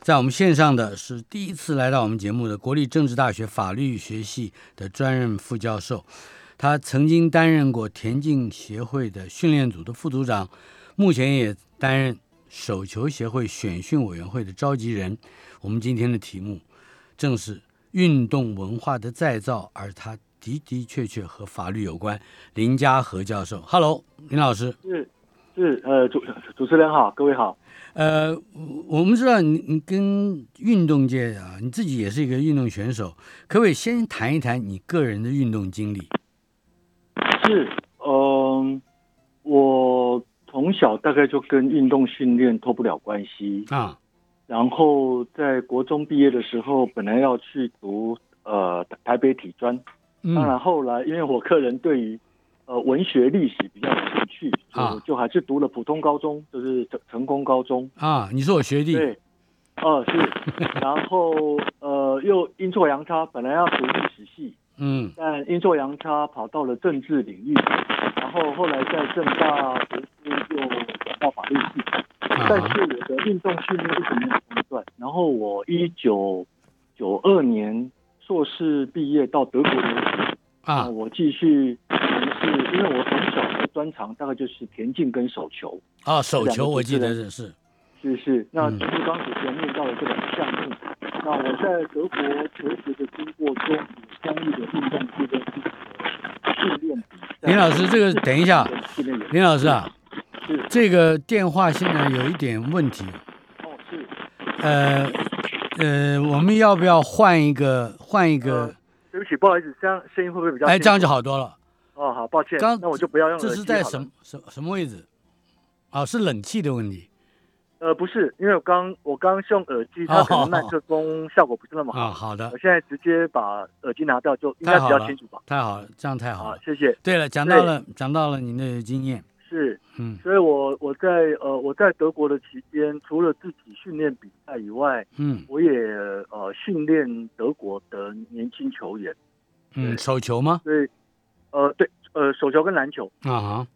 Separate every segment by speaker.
Speaker 1: 在我们线上的是第一次来到我们节目的国立政治大学法律学系的专任副教授，他曾经担任过田径协会的训练组的副组长，目前也担任手球协会选训委员会的召集人。我们今天的题目正是运动文化的再造，而它的的确确和法律有关。林家和教授，Hello，林老师，
Speaker 2: 是是，呃，主主持人好，各位好，
Speaker 1: 呃，我我们知道你你跟运动界啊，你自己也是一个运动选手，可不可以先谈一谈你个人的运动经历？
Speaker 2: 是，嗯、我从小大概就跟运动训练脱不了关系，
Speaker 1: 啊，
Speaker 2: 然后在国中毕业的时候，本来要去读呃台北体专，当
Speaker 1: 嗯
Speaker 2: 然后来因为我个人对于呃文学历史比较有兴趣，
Speaker 1: 啊
Speaker 2: 就就还是读了普通高中，就是成成功高中，
Speaker 1: 啊，你是我学弟，
Speaker 2: 对，哦、是，然后呃又阴错阳差，本来要读历史系，
Speaker 1: 嗯
Speaker 2: 但阴错阳差跑到了政治领域，然后后来在政大读书又转到法律系，
Speaker 1: 啊
Speaker 2: 但是我的运动训练一直没有中断。然后我一九九二年硕士毕业到德国留学，那
Speaker 1: 啊
Speaker 2: 我继续从事，因为我从小的专长大概就是田径跟手球，
Speaker 1: 啊，手
Speaker 2: 两个
Speaker 1: 球我
Speaker 2: 主
Speaker 1: 记
Speaker 2: 持
Speaker 1: 得是
Speaker 2: 人
Speaker 1: 是
Speaker 2: 是不是？那
Speaker 1: 嗯
Speaker 2: 正如刚主持人念到了这两个项目，那我在德国求学的经过中，有相应的运动这个训练比赛。
Speaker 1: 林老师这个等一下
Speaker 2: 训练员
Speaker 1: 林老师啊，
Speaker 2: 是
Speaker 1: 这个电话现在有一点问题，
Speaker 2: 哦是
Speaker 1: 呃呃，我们要不要换一个换一个
Speaker 2: 呃？对不起，不好意思，这样声音会不会比较？
Speaker 1: 哎，这样就好多了。
Speaker 2: 哦，好，抱歉，
Speaker 1: 刚
Speaker 2: 那我就不要用
Speaker 1: 这
Speaker 2: 耳
Speaker 1: 是
Speaker 2: 机
Speaker 1: 在
Speaker 2: 好了
Speaker 1: 什么什什么位置？啊，是冷气的问题
Speaker 2: 呃，不是，因为我刚我刚是用耳机，
Speaker 1: 哦
Speaker 2: 它可能麦克风效果不是那么好。
Speaker 1: 啊。好的
Speaker 2: 我，现在直接把耳机拿掉，就应该
Speaker 1: 太
Speaker 2: 比
Speaker 1: 好
Speaker 2: 较
Speaker 1: 了
Speaker 2: 清楚吧？
Speaker 1: 太好了，这样太好
Speaker 2: 啊
Speaker 1: 了，。
Speaker 2: 谢谢。
Speaker 1: 对了，讲到了讲到了您的经验，
Speaker 2: 是，
Speaker 1: 嗯
Speaker 2: 所以我我在呃我在德国的期间，除了自己训练比赛以外，
Speaker 1: 嗯
Speaker 2: 我也呃训练德国的年轻球员，
Speaker 1: 嗯，手球吗？
Speaker 2: 所以呃对呃手球跟篮球，
Speaker 1: 啊哈，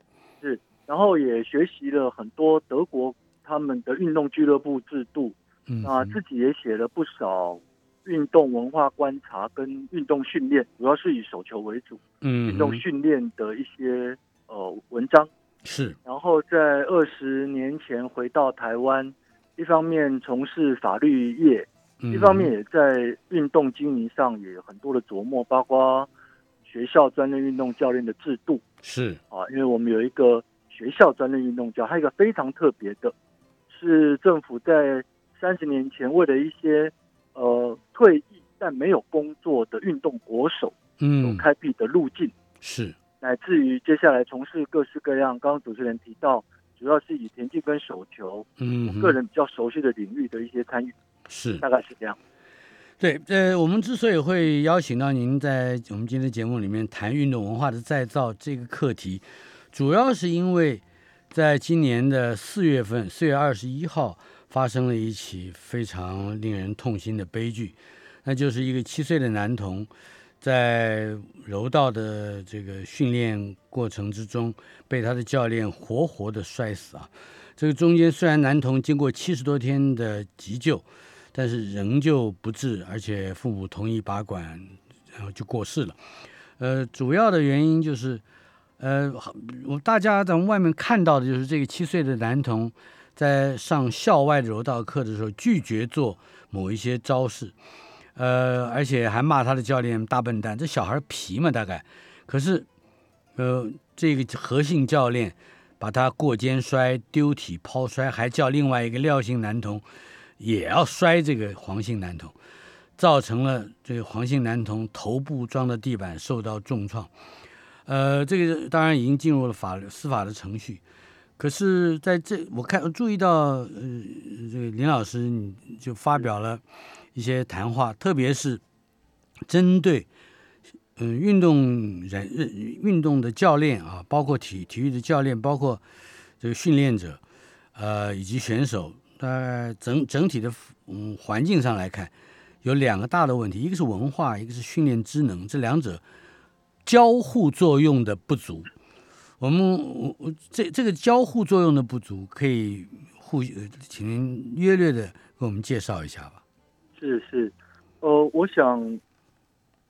Speaker 2: 然后也学习了很多德国他们的运动俱乐部制度，
Speaker 1: 嗯
Speaker 2: 啊，自己也写了不少运动文化观察跟运动训练，主要是以手球为主，
Speaker 1: 嗯
Speaker 2: 运动训练的一些呃文章。
Speaker 1: 是
Speaker 2: 然后在二十年前回到台湾，一方面从事法律业，
Speaker 1: 嗯
Speaker 2: 一方面也在运动经营上也有很多的琢磨，包括学校专任运动教练的制度
Speaker 1: 是
Speaker 2: 啊，因为我们有一个学校专任运动教，还有一个非常特别的，是政府在三十年前为了一些呃退役但没有工作的运动国手所
Speaker 1: 嗯
Speaker 2: 开辟的路径，
Speaker 1: 是
Speaker 2: 乃至于接下来从事各式各样，刚刚主持人提到，主要是以田径跟手球
Speaker 1: 嗯
Speaker 2: 个人比较熟悉的领域的一些参与，
Speaker 1: 是
Speaker 2: 大概是这样。
Speaker 1: 对，呃，我们之所以会邀请到您在我们今天的节目里面谈运动文化的再造这个课题，主要是因为在今年的四月份，四月二十一号发生了一起非常令人痛心的悲剧，那就是一个七岁的男童在柔道的这个训练过程之中，被他的教练活活的摔死啊！这个中间虽然男童经过七十多天的急救，但是仍旧不治，而且父母同意拔管，然后就过世了。呃，主要的原因就是，呃，好我大家在外面看到的就是这个七岁的男童在上校外柔道课的时候拒绝做某一些招式，呃，而且还骂他的教练大笨蛋，这小孩皮嘛大概。可是，呃，这个何姓教练把他过肩摔、丢体抛摔，还叫另外一个廖姓男童也要摔这个黄姓男童，造成了这个黄姓男童头部撞到地板，受到重创。呃，这个当然已经进入了法律司法的程序。可是，在这我看我注意到，呃，这个林老师你就发表了一些谈话，特别是针对嗯，运动人、呃运动的教练啊，包括体体育的教练，包括这个训练者，呃，以及选手，呃，整整体的嗯环境上来看，有两个大的问题，一个是文化，一个是训练职能，这两者交互作用的不足。我们我我这这个交互作用的不足，可以互呃请您约略的给我们介绍一下吧。
Speaker 2: 是是，呃，我想，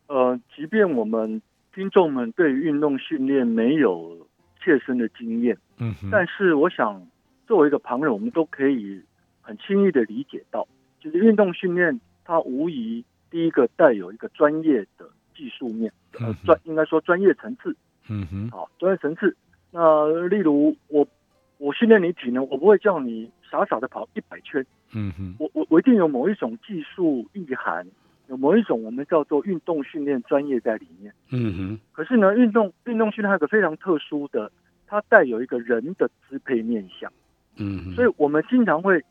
Speaker 2: 呃，即便我们听众们对于运动训练没有切身的经验，
Speaker 1: 嗯哼
Speaker 2: 但是我想，作为一个旁人，我们都可以很轻易的理解到，就是运动训练它无疑第一个带有一个专业的技术面，呃
Speaker 1: 嗯哼，
Speaker 2: 专应该说专业层次，
Speaker 1: 嗯哼，
Speaker 2: 好，专业层次。那例如我我训练你体能，我不会叫你傻傻的跑一百圈，
Speaker 1: 嗯哼，
Speaker 2: 我我我一定有某一种技术意涵，有某一种我们叫做运动训练专业在里面。
Speaker 1: 嗯哼，
Speaker 2: 可是呢，运动运动训练还有个非常特殊的，它带有一个人的支配面向。
Speaker 1: 嗯哼，
Speaker 2: 所以我们经常会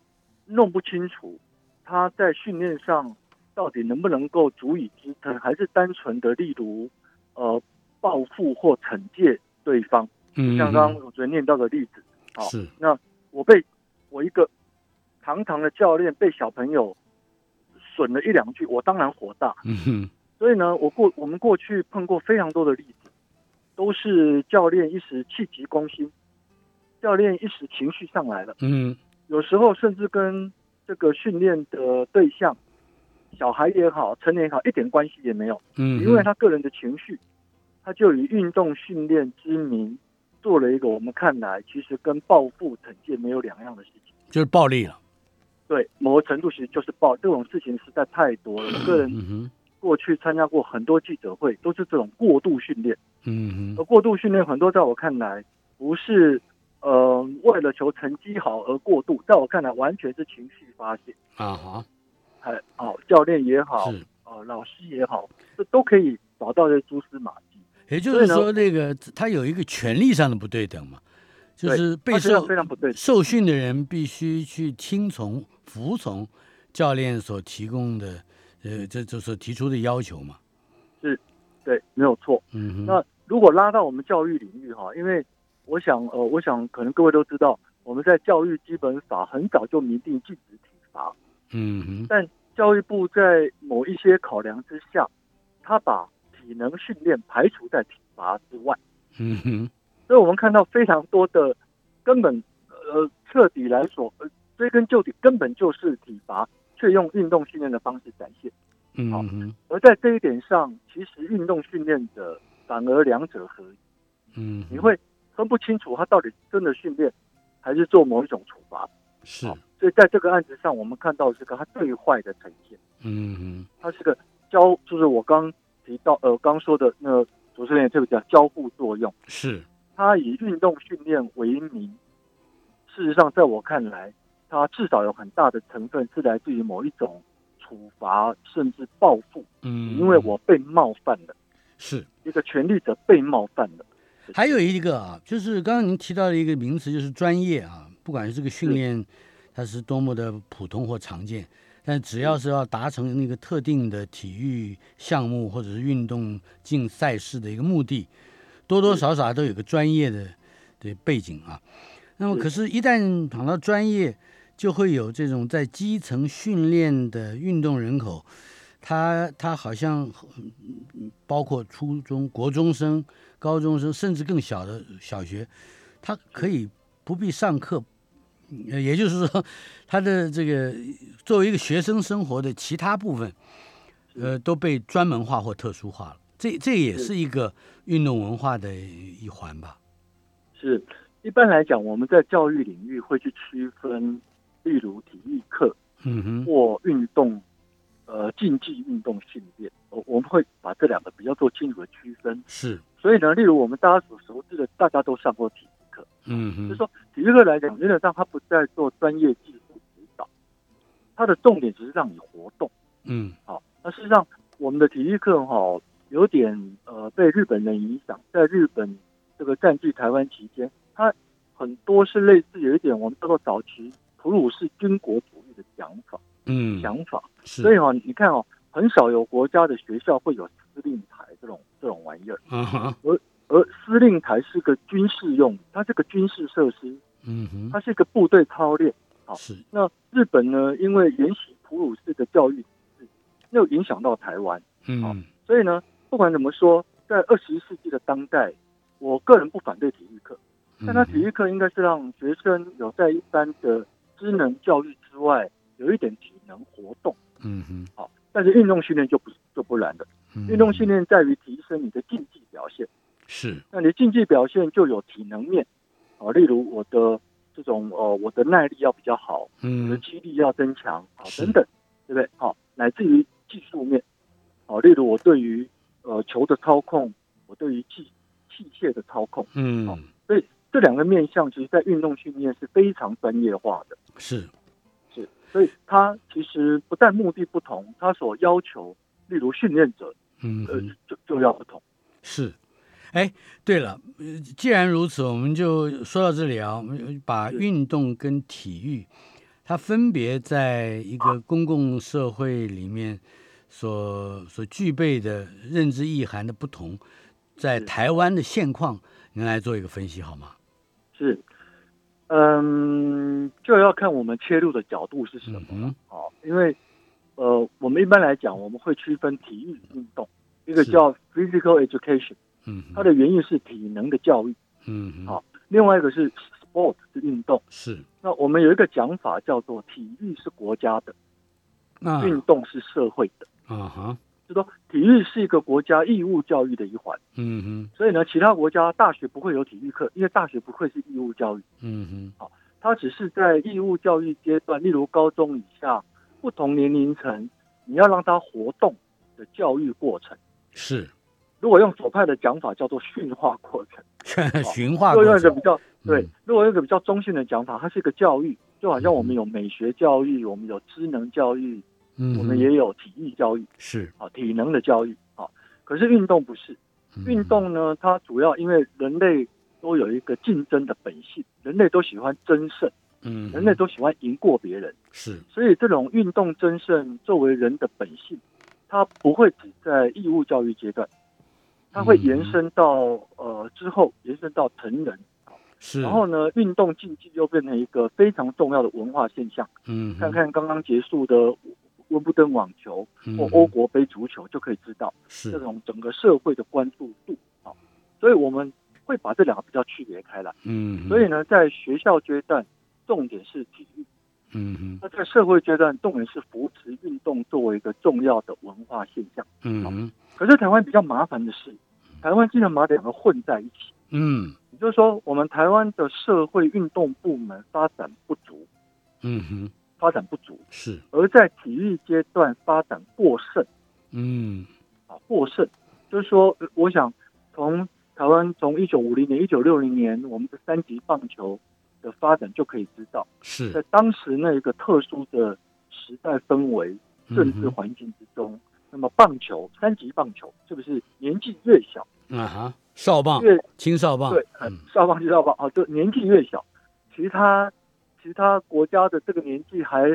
Speaker 2: 弄不清楚他在训练上到底能不能够足以支撑，还是单纯的例如呃报复或惩戒对方，
Speaker 1: 以
Speaker 2: 像刚刚主持人念到的例子，好
Speaker 1: 是，
Speaker 2: 我被我一个堂堂的教练被小朋友损了一两句，我当然火大。
Speaker 1: 嗯哼，
Speaker 2: 所以呢，我过我们过去碰过非常多的例子，都是教练一时气急攻心，教练一时情绪上来了。
Speaker 1: 嗯
Speaker 2: 有时候甚至跟这个训练的对象，小孩也好，成年也好，一点关系也没有，
Speaker 1: 嗯，
Speaker 2: 因为他个人的情绪，他就以运动训练之名，做了一个我们看来其实跟报复惩戒没有两样的事情。
Speaker 1: 就是暴力了。
Speaker 2: 对，某个程度其实就是暴，这种事情实在太多了。我个人
Speaker 1: 嗯哼，
Speaker 2: 过去参加过很多记者会，都是这种过度训练。
Speaker 1: 嗯
Speaker 2: 而
Speaker 1: 哼，
Speaker 2: 过度训练很多，在我看来，不是呃为了求成绩好而过度，在我看来，完全是情绪发泄。
Speaker 1: 啊好，
Speaker 2: 哎，好，教练也好，
Speaker 1: 是，
Speaker 2: 呃，老师也好，这都可以找到这蛛丝马迹。
Speaker 1: 也就是
Speaker 2: 所以
Speaker 1: 说，那个他有一个权利上的不对等嘛，就
Speaker 2: 对
Speaker 1: 是被
Speaker 2: 他觉得
Speaker 1: 受
Speaker 2: 非常不对。
Speaker 1: 受训的人必须去听从、服从教练所提供的，呃，这这所提出的要求嘛。
Speaker 2: 对，没有错。
Speaker 1: 嗯哼，
Speaker 2: 那如果拉到我们教育领域哈，因为我想，呃，我想可能各位都知道，我们在教育基本法很早就明定禁止体罚，
Speaker 1: 嗯哼，
Speaker 2: 但教育部在某一些考量之下，他把体能训练排除在体罚之外。
Speaker 1: 嗯哼，
Speaker 2: 所以我们看到非常多的根本呃彻底来说，呃追根究底根本就是体罚，却用运动训练的方式展现。
Speaker 1: 嗯哼，
Speaker 2: 而在这一点上，其实运动训练的反而两者合一，
Speaker 1: 嗯哼，
Speaker 2: 你会分不清楚他到底真的训练，还是做某一种处罚。
Speaker 1: 是，
Speaker 2: 所以在这个案子上，我们看到这个他最坏的呈现，
Speaker 1: 嗯哼，
Speaker 2: 它是个交，就是我刚提到呃刚说的那主持人也特别讲交互作用。
Speaker 1: 是，
Speaker 2: 他以运动训练为名，事实上，在我看来，他至少有很大的成分是来自于某一种处罚，甚至报复，
Speaker 1: 嗯，
Speaker 2: 因为我被冒犯了，
Speaker 1: 是。
Speaker 2: 一个权力者被冒犯了。
Speaker 1: 还有一个啊，就是刚刚您提到的一个名词，就是专业啊，不管是这个训
Speaker 2: 是
Speaker 1: 练，它是多么的普通或常见，但只要是要达成那个特定的体育项目或者是运动竞赛事的一个目的，多多少少都有个专业的的背景啊。那么，
Speaker 2: 是
Speaker 1: 可是，一旦讲到专业，就会有这种在基层训练的运动人口，他他好像嗯包括初中国中生、高中生，甚至更小的小学，他可以不必上课，呃也就是说，他的这个作为一个学生生活的其他部分，呃，都被专门化或特殊化了。这这也
Speaker 2: 是
Speaker 1: 是一个运动文化的一环吧？
Speaker 2: 是，一般来讲，我们在教育领域会去区分，例如体育课
Speaker 1: 嗯哼，
Speaker 2: 或运动，呃，竞技运动训练，我我们会把这两个比较做清楚的区分。
Speaker 1: 是，
Speaker 2: 所以呢，例如我们大家所熟知的，大家都上过体育课。
Speaker 1: 嗯哼，
Speaker 2: 就是说体育课来讲，原则上它不再做专业技术指导，它的重点只是让你活动。
Speaker 1: 嗯
Speaker 2: 好，那事实上我们的体育课哈、有点呃被日本人影响，在日本这个占据台湾期间，它很多是类似有一点我们叫做早期普鲁士军国主义的想法
Speaker 1: 嗯，
Speaker 2: 想法，
Speaker 1: 是，
Speaker 2: 所以哈、你看哦，很少有国家的学校会有司令台这种这种玩意儿。
Speaker 1: 嗯哼，
Speaker 2: 而司令台是个军事用，它这个军事设施，
Speaker 1: 嗯
Speaker 2: 它是一个部队操练。
Speaker 1: 哼，是，
Speaker 2: 那日本呢，因为沿袭普鲁士的教育体制，又影响到台湾，好
Speaker 1: 嗯
Speaker 2: 所以呢，不管怎么说，在二十一世纪的当代，我个人不反对体育课，
Speaker 1: 嗯
Speaker 2: 但它体育课应该是让学生有在一般的职能教育之外，有一点体能活动。
Speaker 1: 嗯哼，
Speaker 2: 但是运动训练就不就不然的，
Speaker 1: 嗯
Speaker 2: 运动训练在于提升你的竞技表现。
Speaker 1: 是，
Speaker 2: 那你的竞技表现就有体能面啊，例如我的这种呃，我的耐力要比较好，我的
Speaker 1: 嗯
Speaker 2: 肌力要增强啊，
Speaker 1: 是
Speaker 2: 等等，对不对？好、乃至于技术面啊，例如我对于呃球的操控，我对于器器械的操控，好
Speaker 1: 嗯
Speaker 2: 这两个面向，其实在运动训练是非常专业化的，
Speaker 1: 是，
Speaker 2: 所以它其实不但目的不同，它所要求，例如训练者
Speaker 1: 嗯
Speaker 2: 呃
Speaker 1: 哼。
Speaker 2: 就就要不同。
Speaker 1: 是，哎，对了，呃既然如此，我们就说到这里啊，我们把
Speaker 2: 是
Speaker 1: 运动跟体育，它分别在一个公共社会里面所所具备的认知意涵的不同，在
Speaker 2: 是
Speaker 1: 台湾的现况，您来做一个分析好吗？
Speaker 2: 是，嗯，就要看我们切入的角度是什么
Speaker 1: 嗯哼，
Speaker 2: 哦，因为呃，我们一般来讲，我们会区分体育运动，一个
Speaker 1: 是
Speaker 2: 叫 physical education，
Speaker 1: 嗯哼，
Speaker 2: 它的原意是体能的教育，
Speaker 1: 嗯哼，
Speaker 2: 好另外一个是 sport 是运动。
Speaker 1: 是
Speaker 2: 那我们有一个讲法叫做体育是国家的，
Speaker 1: 那
Speaker 2: 运动是社会的，
Speaker 1: 啊哈，
Speaker 2: 就说体育是一个国家义务教育的一环。
Speaker 1: 嗯哼，
Speaker 2: 所以呢，其他国家大学不会有体育课，因为大学不会是义务教育。
Speaker 1: 嗯哼，
Speaker 2: 它只是在义务教育阶段，例如高中以下不同年龄层，你要让他活动的教育过程。
Speaker 1: 是
Speaker 2: 如果用左派的讲法，叫做驯化过程；
Speaker 1: 驯化
Speaker 2: 如果用
Speaker 1: 过
Speaker 2: 一个
Speaker 1: 程
Speaker 2: 比，较对
Speaker 1: 嗯，
Speaker 2: 如果用一个比较中性的讲法，它是一个教育，就好像我们有美学教育，我们有职能教育，
Speaker 1: 嗯哼，
Speaker 2: 我们也有体育教育
Speaker 1: 是
Speaker 2: 啊，体能的教育啊。可是运动不是，
Speaker 1: 嗯
Speaker 2: 运，动呢，它主要因为人类都有一个竞争的本性，人类都喜欢争胜，
Speaker 1: 嗯哼，
Speaker 2: 人类都喜欢赢过别人。
Speaker 1: 是，
Speaker 2: 所以这种运动争胜作为人的本性，它不会只在义务教育阶段，它
Speaker 1: 嗯
Speaker 2: 会延伸到、呃之后，延伸到成人。
Speaker 1: 是，
Speaker 2: 然后呢，运动竞技又变成一个非常重要的文化现象。
Speaker 1: 嗯哼，
Speaker 2: 看看刚刚结束的温布登网球或
Speaker 1: 嗯
Speaker 2: 欧国杯足球，就可以知道
Speaker 1: 是
Speaker 2: 这种整个社会的关注度啊。所以我们会把这两个比较区别开来。
Speaker 1: 嗯，
Speaker 2: 所以呢，在学校阶段，重点是体育。
Speaker 1: 嗯哼，
Speaker 2: 那在社会阶段，重点是扶持运动作为一个重要的文化现象。
Speaker 1: 嗯哼，
Speaker 2: 可是台湾比较麻烦的是，台湾经常把两个混在一起。
Speaker 1: 嗯
Speaker 2: 也就是说，我们台湾的社会运动部门发展不足，
Speaker 1: 嗯哼，
Speaker 2: 发展不足，
Speaker 1: 是，
Speaker 2: 而在体育阶段发展过剩
Speaker 1: 嗯
Speaker 2: 啊，过剩。就是说，呃我想从台湾从一九五零年、一九六零年我们的三级棒球的发展就可以知道，
Speaker 1: 是
Speaker 2: 在，当时那个特殊的时代氛围，政治
Speaker 1: 嗯
Speaker 2: 环境之中。那么棒球，三级棒球是不是年纪越小
Speaker 1: 哼啊哈，少棒
Speaker 2: 越
Speaker 1: 青少棒，
Speaker 2: 对，呃
Speaker 1: 嗯
Speaker 2: 少棒就少棒啊，就年纪越小，其他其他国家的这个年纪还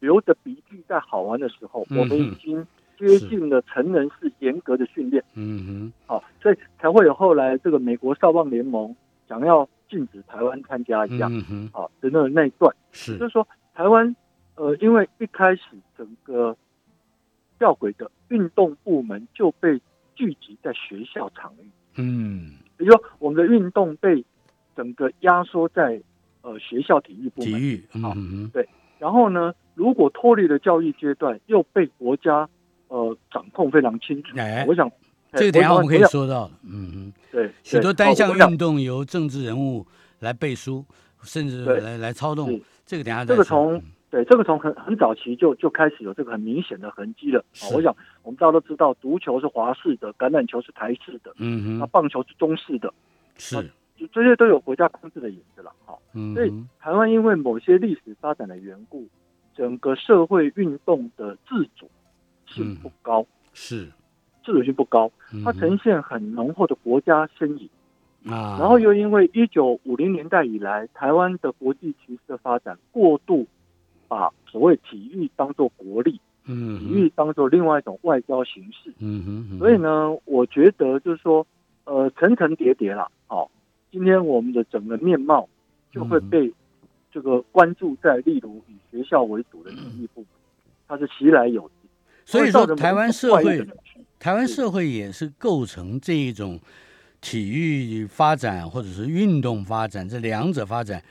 Speaker 2: 流着鼻涕在好玩的时候，
Speaker 1: 嗯哼
Speaker 2: 我们已经接近了成人式严格的训练
Speaker 1: 嗯
Speaker 2: 啊，所以才会有后来这个美国少棒联盟想要禁止台湾参加
Speaker 1: 哼，
Speaker 2: 一样、
Speaker 1: 嗯哼，，
Speaker 2: 啊的那那一段。就是是说台湾呃，因为一开始整个教轨的运动部门就被聚集在学校场域，
Speaker 1: 嗯，
Speaker 2: 也就是说我们的运动被整个压缩在呃学校体育部
Speaker 1: 体
Speaker 2: 门，
Speaker 1: 育，嗯哼，
Speaker 2: 然后呢，如果脱离了教育阶段，又被国家呃掌控非常清楚。
Speaker 1: 哎
Speaker 2: 我想
Speaker 1: 这个
Speaker 2: 哎
Speaker 1: 等一下我
Speaker 2: 想
Speaker 1: 们可以
Speaker 2: 想
Speaker 1: 说到的，嗯哼，
Speaker 2: 对
Speaker 1: 许多单项
Speaker 2: 运
Speaker 1: 运动由政治人物来背书，甚至
Speaker 2: 对
Speaker 1: 来来操纵
Speaker 2: 是，
Speaker 1: 这个等一下
Speaker 2: 这
Speaker 1: 再说，
Speaker 2: 个从
Speaker 1: 嗯
Speaker 2: 对这个从很很早期就就开始有这个很明显的痕迹了。啊
Speaker 1: 是
Speaker 2: 我想我们大家都知道，足球是华式的，橄榄球是台式的，
Speaker 1: 嗯
Speaker 2: 那
Speaker 1: 哼，
Speaker 2: 棒球是中式的，
Speaker 1: 是，
Speaker 2: 就这些都有国家控制的影子了。哈、
Speaker 1: 嗯
Speaker 2: 所以
Speaker 1: 哼，
Speaker 2: 台湾因为某些历史发展的缘故，整个社会运动的自主性不高，
Speaker 1: 是，
Speaker 2: 自主性不高，
Speaker 1: 嗯
Speaker 2: 它
Speaker 1: 哼
Speaker 2: 呈现很浓厚的国家身影。
Speaker 1: 啊，
Speaker 2: 然后又因为一九五零年代以来，台湾的国际局势的发展过度把所谓体育当做国力，
Speaker 1: 嗯
Speaker 2: 体
Speaker 1: 哼
Speaker 2: 育当做另外一种外交形式。
Speaker 1: 嗯哼，嗯哼
Speaker 2: 所以，呢，我觉得就是说，呃，层层叠叠啦，好、今天我们的整个面貌就会
Speaker 1: 嗯
Speaker 2: 被这个关注在，例如以学校为主的体育部门，它是袭来有之，
Speaker 1: 所以
Speaker 2: 它会造
Speaker 1: 说
Speaker 2: 成
Speaker 1: 台湾社
Speaker 2: 我们外
Speaker 1: 会
Speaker 2: 部的嗯趋势
Speaker 1: 台湾社会也是构成这一种体育发展或者是运动发展这两者发展，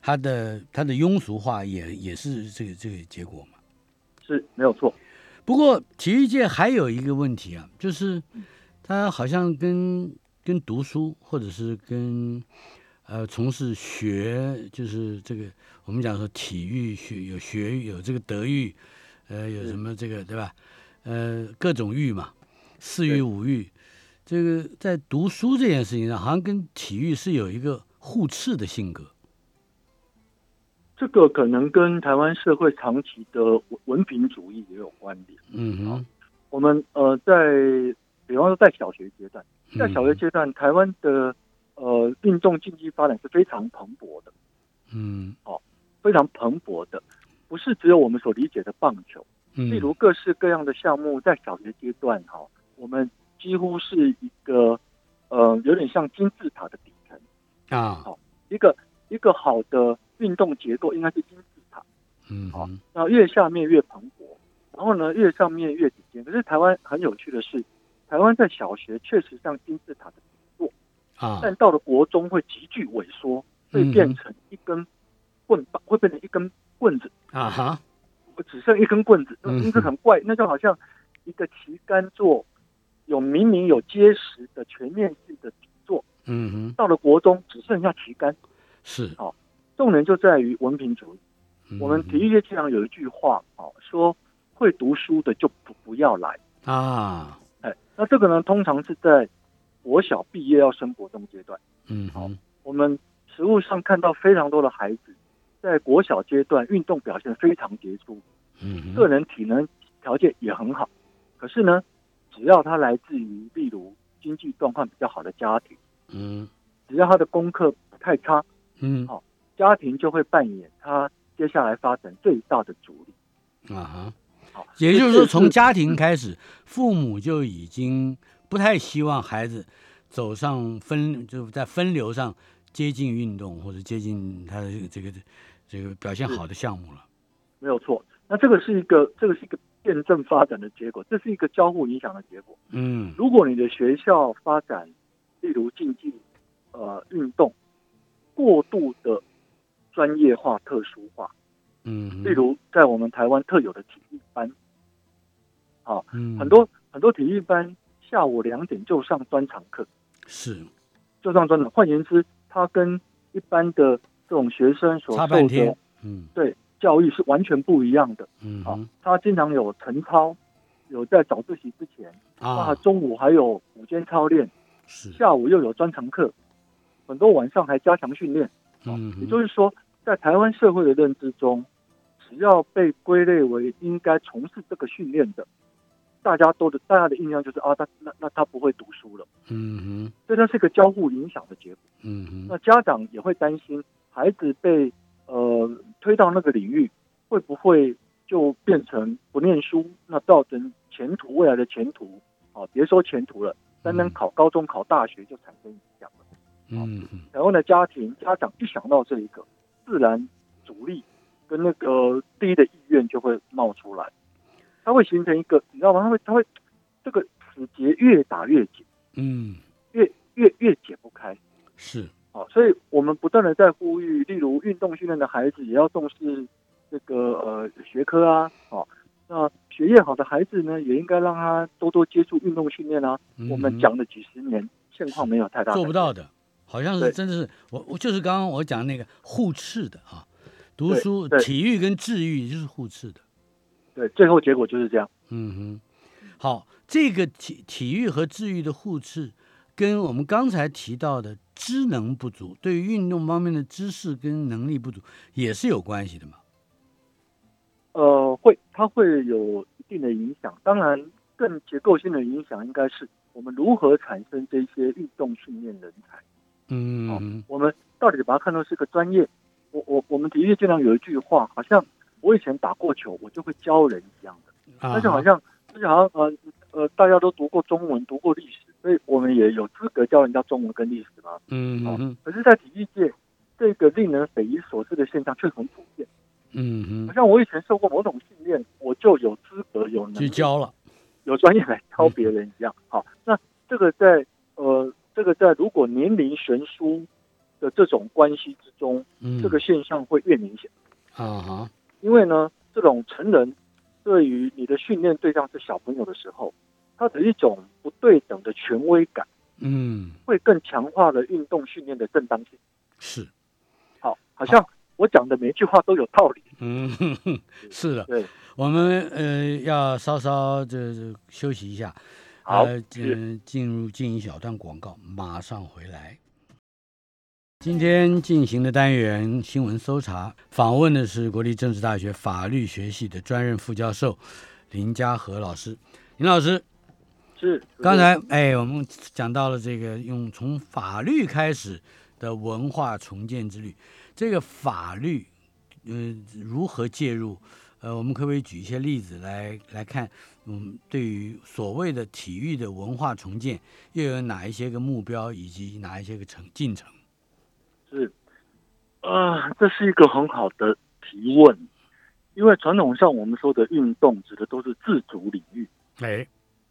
Speaker 1: 它的它的庸俗化也也是这个这个结果嘛。
Speaker 2: 是没有错，
Speaker 1: 不过体育界还有一个问题啊，就是它好像跟跟读书或者是跟呃从事学，就是这个我们讲说体育学有学育有这个德育，呃有
Speaker 2: 是
Speaker 1: 什么这个对吧？呃各种育嘛，四育
Speaker 2: 对
Speaker 1: 五育，这个在读书这件事情上，好像跟体育是有一个互斥的性格。
Speaker 2: 这个可能跟台湾社会长期的文文凭主义也有关联。
Speaker 1: 嗯
Speaker 2: 哦
Speaker 1: 哼，
Speaker 2: 我们呃，在比方说在小学阶段，在小学
Speaker 1: 嗯
Speaker 2: 阶段，台湾的呃运动竞技发展是非常蓬勃的，
Speaker 1: 嗯
Speaker 2: 非常蓬勃的，不是只有我们所理解的棒球。
Speaker 1: 嗯，
Speaker 2: 例如各式各样的项目，在小学阶段哈、我们几乎是一个呃，有点像金字塔的底层，
Speaker 1: 啊，
Speaker 2: 一个一个好的运动结构应该是金字塔，
Speaker 1: 嗯
Speaker 2: 好
Speaker 1: 哼
Speaker 2: 那越下面越蓬勃，然后呢越上面越顶尖。可是台湾很有趣的是，台湾在小学确实像金字塔的底，
Speaker 1: 啊，
Speaker 2: 但到了国中会急剧萎缩，会变
Speaker 1: 嗯
Speaker 2: 成一根棍棒，会变成一根棍子，
Speaker 1: 啊哈，
Speaker 2: 只剩一根棍子，
Speaker 1: 嗯
Speaker 2: 那这很怪，那就好像一个旗杆座有明明有结实的全面性的底座，
Speaker 1: 嗯哼，
Speaker 2: 到了国中只剩下旗杆。
Speaker 1: 是。
Speaker 2: 重点就在于文凭主义。我们
Speaker 1: 嗯
Speaker 2: 体育界经常有一句话啊，说会读书的就不不要来。
Speaker 1: 啊，
Speaker 2: 哎，那这个呢，通常是在国小毕业要升国中阶段。
Speaker 1: 嗯哼，
Speaker 2: 我们实务上看到非常多的孩子，在国小阶段运动表现非常杰出，
Speaker 1: 嗯哼，
Speaker 2: 个人体能条件也很好，可是呢，只要他来自于例如经济状况比较好的家庭，
Speaker 1: 嗯
Speaker 2: 只要他的功课不太差，
Speaker 1: 嗯
Speaker 2: 好家庭就会扮演他接下来发展最大的阻力。
Speaker 1: 啊哈
Speaker 2: 好，
Speaker 1: 也就是
Speaker 2: 这
Speaker 1: 说，
Speaker 2: 是
Speaker 1: 从家庭开始，父母就已经不太希望孩子走上分，就是在分流上接近运动或者接近他的这个这个这个表现好的项目了。
Speaker 2: 没有错，那这个是一个这个是一个辩证发展的结果，这是一个交互影响的结果。
Speaker 1: 嗯
Speaker 2: 如果你的学校发展，例如竞技、呃运动，过度的专业化、特殊化，
Speaker 1: 嗯哼，
Speaker 2: 例如在我们台湾特有的体育班，
Speaker 1: 嗯
Speaker 2: 很多很多体育班下午两点就上专场课，
Speaker 1: 是
Speaker 2: 就上专场。换言之，它跟一般的这种学生所
Speaker 1: 差
Speaker 2: 受
Speaker 1: 半天
Speaker 2: 的，
Speaker 1: 嗯
Speaker 2: 对教育是完全不一样的。
Speaker 1: 嗯
Speaker 2: 啊
Speaker 1: 哼，
Speaker 2: 他经常有晨操，有在早自习之前，那
Speaker 1: 啊
Speaker 2: 中午还有午间操练，
Speaker 1: 是
Speaker 2: 下午又有专长课，很多晚上还加强训练。
Speaker 1: 嗯
Speaker 2: 也
Speaker 1: 哼
Speaker 2: 就是说，在台湾社会的认知中，只要被归类为应该从事这个训练的，大家都的大家的印象就是啊，他那那他不会读书了。
Speaker 1: 嗯哼
Speaker 2: 所以它是一个交互影响的结果。
Speaker 1: 嗯哼
Speaker 2: 那家长也会担心孩子被呃推到那个领域，会不会就变成不念书？那造成前途未来的前途，啊，别说前途了，单单
Speaker 1: 嗯
Speaker 2: 考高中、考大学就产生影响了。
Speaker 1: 嗯哼
Speaker 2: 台湾的家庭家长一想到这一个，自然阻力跟那个低的意愿就会冒出来，它会形成一个，你知道吗？它会它会这个死结越打越紧，
Speaker 1: 嗯
Speaker 2: 越越越解不开。
Speaker 1: 是
Speaker 2: 哦，所以我们不断的在呼吁，例如运动训练的孩子也要重视这个呃学科啊，哦，那学业好的孩子呢，也应该让他多多接触运动训练啊。我
Speaker 1: 嗯
Speaker 2: 们
Speaker 1: 哼
Speaker 2: 讲了几十年，现况没有太大
Speaker 1: 做不
Speaker 2: 改
Speaker 1: 到的，好像是
Speaker 2: 对
Speaker 1: 真的是我我就是刚刚我讲那个互斥的啊，读
Speaker 2: 对
Speaker 1: 书、
Speaker 2: 对
Speaker 1: 体育跟治愈就是互斥的。
Speaker 2: 变，对，最后结果就是这样。
Speaker 1: 嗯哼，好，这个体体育和治愈的互斥，跟我们刚才提到的知能不足，对于运动方面的知识跟能力不足也是有关系的嘛。
Speaker 2: 呃，会，它会有一定的影响。当然，更结构性的影响应该是我们如何产生这些运动训练人才。
Speaker 1: 嗯哼，
Speaker 2: 我们到底把它看作是个专业？我我我们的确经常有一句话，好像我以前打过球，我就会教人一样的。
Speaker 1: 啊，
Speaker 2: 但是好像，但是好像呃呃，大家都读过中文，读过历史，所以我们也有资格教人家中文跟历史嘛。
Speaker 1: 嗯哼
Speaker 2: 可是，在体育界，这个令人匪夷所思的现象却很普遍。
Speaker 1: 嗯
Speaker 2: 好
Speaker 1: 哼，
Speaker 2: 像我以前受过某种训练，我就有资格、有能
Speaker 1: 去
Speaker 2: 力、
Speaker 1: 教了，
Speaker 2: 有专业来教别人一样。
Speaker 1: 嗯
Speaker 2: 好，那这个在呃，这个在如果年龄悬殊的这种关系之中，
Speaker 1: 嗯，
Speaker 2: 这个现象会越明显。
Speaker 1: 啊哈，
Speaker 2: 因为呢，这种成人对于你的训练对象是小朋友的时候，他的一种不对等的权威感，
Speaker 1: 嗯
Speaker 2: 会更强化了运动训练的正当性。
Speaker 1: 是，
Speaker 2: 好，好像我讲的每一句话都有道理。
Speaker 1: 嗯 哼哼是的，
Speaker 2: 对，
Speaker 1: 我们呃要稍稍这这休息一下，
Speaker 2: 好
Speaker 1: 呃，进
Speaker 2: 是
Speaker 1: 进入进一小段广告，马上回来。今天进行的单元新闻搜查，访问的是国立政治大学法律学系的专任副教授林家和老师。林老师，
Speaker 2: 是
Speaker 1: 刚才哎，我们讲到了这个用从法律开始的文化重建之旅，这个法律，嗯、如何介入？呃，我们可不可以举一些例子来来看？嗯，对于所谓的体育的文化重建，又有哪一些个目标，以及哪一些个成进程？
Speaker 2: 是，啊、这是一个很好的提问，因为传统上我们说的运动指的都是自主领域，
Speaker 1: 哎，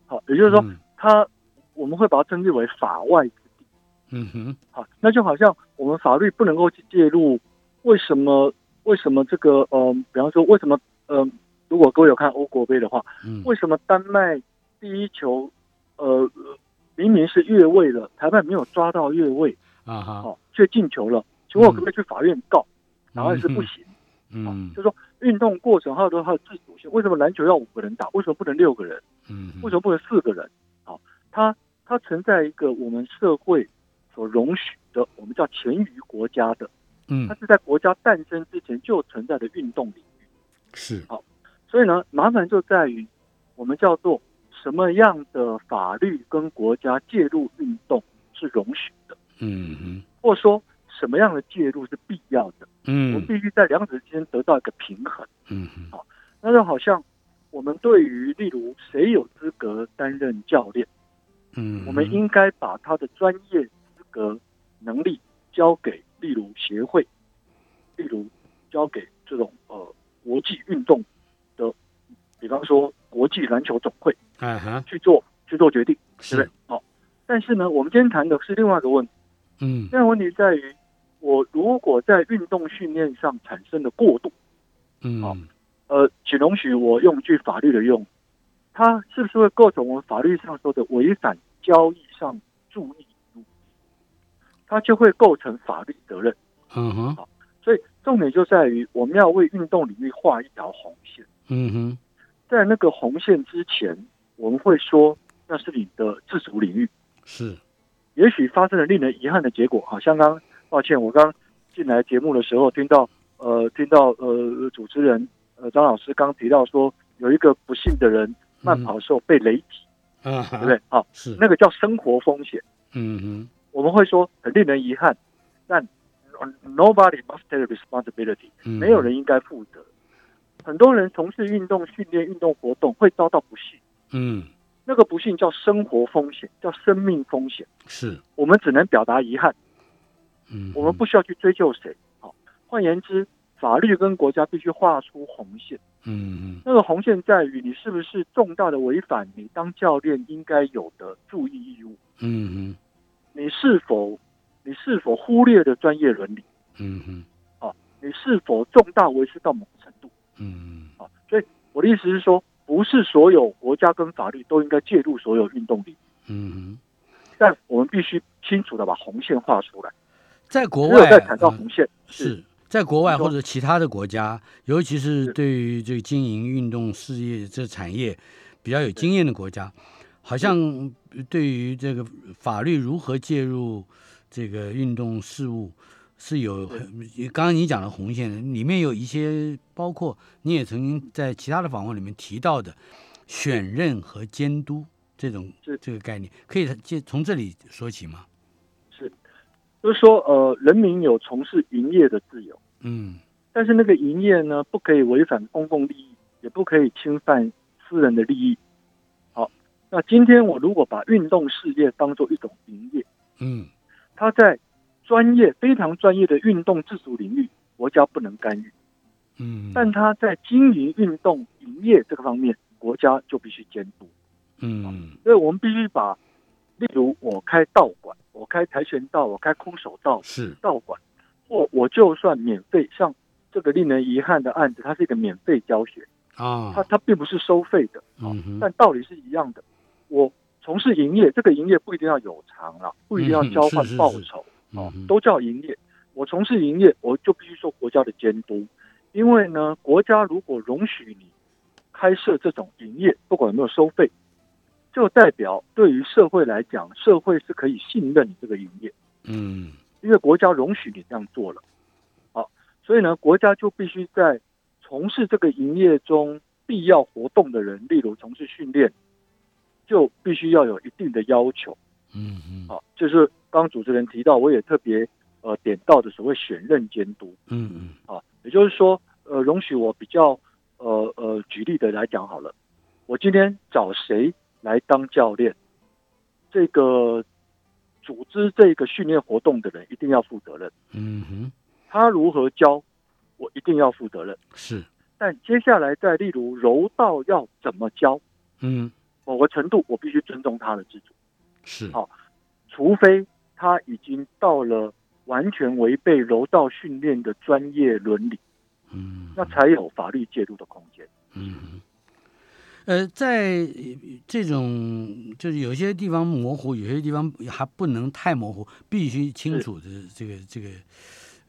Speaker 2: 好，也就是说
Speaker 1: 嗯
Speaker 2: 它、我们会把它称之为法外之地，
Speaker 1: 嗯哼，
Speaker 2: 好，那就好像我们法律不能够去介入，为什么？为什么这个？呃，比方说为什么？呃，如果各位有看欧国杯的话，
Speaker 1: 嗯，
Speaker 2: 为什么丹麦第一球，呃，明明是越位了，裁判没有抓到越位，
Speaker 1: 啊哈，
Speaker 2: 好，却哦进球了，请问我可不可以去法院告？答案是不行。
Speaker 1: 嗯
Speaker 2: 就是说运动过程还有它的自主性。为什么篮球要五个人打？为什么不能六个人？
Speaker 1: 嗯哼，
Speaker 2: 为什么不能四个人？好，它它存在一个我们社会所容许的，我们叫前于国家的，它
Speaker 1: 嗯
Speaker 2: 是在国家诞生之前就存在的运动领域。
Speaker 1: 是
Speaker 2: 所以呢，麻烦就在于我们叫做什么样的法律跟国家介入运动是容许的，
Speaker 1: 嗯哼
Speaker 2: 或者说什么样的介入是必要的。我们
Speaker 1: 嗯
Speaker 2: 必须在两者之间得到一个平衡。
Speaker 1: 嗯哼
Speaker 2: 那就好像我们对于例如谁有资格担任教练，
Speaker 1: 嗯，
Speaker 2: 我们应该把他的专业资格能力交给例如协会，例如交给这种呃国际运动的，比方说国际篮球总会
Speaker 1: 啊哈
Speaker 2: 去做去做决定，对不
Speaker 1: 是
Speaker 2: 对？好、但是呢，我们今天谈的是另外一个问题，
Speaker 1: 嗯
Speaker 2: 现在问题在于我如果在运动训练上产生的过度。好
Speaker 1: 嗯
Speaker 2: 呃，请容许我用一句法律的用语，它是不是会构成我们法律上说的违反交易上注意义务？它就会构成法律责任。
Speaker 1: 嗯哼
Speaker 2: 所以重点就在于我们要为运动领域画一条红线，
Speaker 1: 嗯哼
Speaker 2: 在那个红线之前，我们会说那是你的自主领域。
Speaker 1: 是
Speaker 2: 也许发生了令人遗憾的结果。好，像刚抱歉，我刚进来节目的时候听到呃听到呃主持人呃张老师刚提到说有一个不幸的人呃慢跑的时候被雷击，
Speaker 1: 啊哈
Speaker 2: 对不对？好、
Speaker 1: 是
Speaker 2: 那个叫生活风险，
Speaker 1: 嗯
Speaker 2: 我们会说很令人遗憾，但 nobody must take responsibility，
Speaker 1: 嗯哼
Speaker 2: 没有人应该负责。很多人从事运动训练、运动活动会遭到不幸，
Speaker 1: 嗯
Speaker 2: 那个不幸叫生活风险，叫生命风险。
Speaker 1: 是
Speaker 2: 我们只能表达遗憾。
Speaker 1: 嗯
Speaker 2: 我们不需要去追究谁。好，换言之，法律跟国家必须画出红线。
Speaker 1: 嗯
Speaker 2: 那个红线在于你是不是重大的违反你当教练应该有的注意义务，
Speaker 1: 嗯哼
Speaker 2: 你是否你是否忽略了专业伦理，
Speaker 1: 嗯哼
Speaker 2: 你是否重大违失到某个程度。
Speaker 1: 嗯
Speaker 2: 啊，所以我的意思是说，不是所有国家跟法律都应该介入所有运动里，
Speaker 1: 嗯哼，
Speaker 2: 但我们必须清楚的把红线画出来。
Speaker 1: 在国
Speaker 2: 只有
Speaker 1: 外呃
Speaker 2: 在谈到红线，
Speaker 1: 是在国外
Speaker 2: 你说
Speaker 1: 或者其他的国家，尤其是
Speaker 2: 是
Speaker 1: 对于这个经营运动事业这产业比较有经验的国家，好像对于这个法律如何介入这个运动事务是有
Speaker 2: 对
Speaker 1: 很刚刚你讲的红线，里面有一些包括你也曾经在其他的访问里面提到的选任和监督这种
Speaker 2: 是
Speaker 1: 这个概念，可以借从这里说起吗？
Speaker 2: 就是说，呃，人民有从事营业的自由。
Speaker 1: 嗯
Speaker 2: 但是那个营业呢，不可以违反公共利益，也不可以侵犯私人的利益。好，那今天我如果把运动事业当做一种营业，
Speaker 1: 嗯
Speaker 2: 它在专业非常专业的运动自主领域，国家不能干预，
Speaker 1: 嗯，
Speaker 2: 但它在经营运动营业这个方面，国家就必须监督。
Speaker 1: 嗯
Speaker 2: 所以我们必须把，例如我开道馆，我开跆拳道，我开空手道
Speaker 1: 是
Speaker 2: 道馆，或我就算免费，像这个令人遗憾的案子，它是一个免费教学，
Speaker 1: 啊，
Speaker 2: 它它并不是收费的，啊
Speaker 1: 嗯哼
Speaker 2: 但道理是一样的。我从事营业，这个营业不一定要有偿啦，不一定要
Speaker 1: 嗯
Speaker 2: 交换
Speaker 1: 是是
Speaker 2: 报
Speaker 1: 是
Speaker 2: 酬，
Speaker 1: 嗯
Speaker 2: 哦
Speaker 1: 哼，
Speaker 2: 都叫营业。我从事营业，我就必须受国家的监督，因为呢，国家如果容许你开设这种营业，不管有没有收费，就代表对于社会来讲，社会是可以信任你这个营业，
Speaker 1: 嗯
Speaker 2: 因为国家容许你这样做了。好，所以呢，国家就必须在从事这个营业中必要活动的人，例如从事训练，就必须要有一定的要求。
Speaker 1: 嗯嗯
Speaker 2: 好，就是刚主持人提到，我也特别呃点到的所谓选任监督
Speaker 1: 嗯
Speaker 2: 啊，也就是说，呃，容许我比较呃呃举例的来讲好了，我今天找谁来当教练，这个组织这个训练活动的人一定要负责任，
Speaker 1: 嗯哼
Speaker 2: 他如何教，我一定要负责任。
Speaker 1: 是
Speaker 2: 但接下来再例如柔道要怎么教，
Speaker 1: 嗯
Speaker 2: 某个程度我必须尊重他的自主。
Speaker 1: 是
Speaker 2: 好除非他已经到了完全违背柔道训练的专业伦理，
Speaker 1: 嗯
Speaker 2: 那才有法律介入的空间。
Speaker 1: 嗯哼。呃，在呃这种就是有些地方模糊，有些地方还不能太模糊，必须清
Speaker 2: 是
Speaker 1: 楚的这个这个，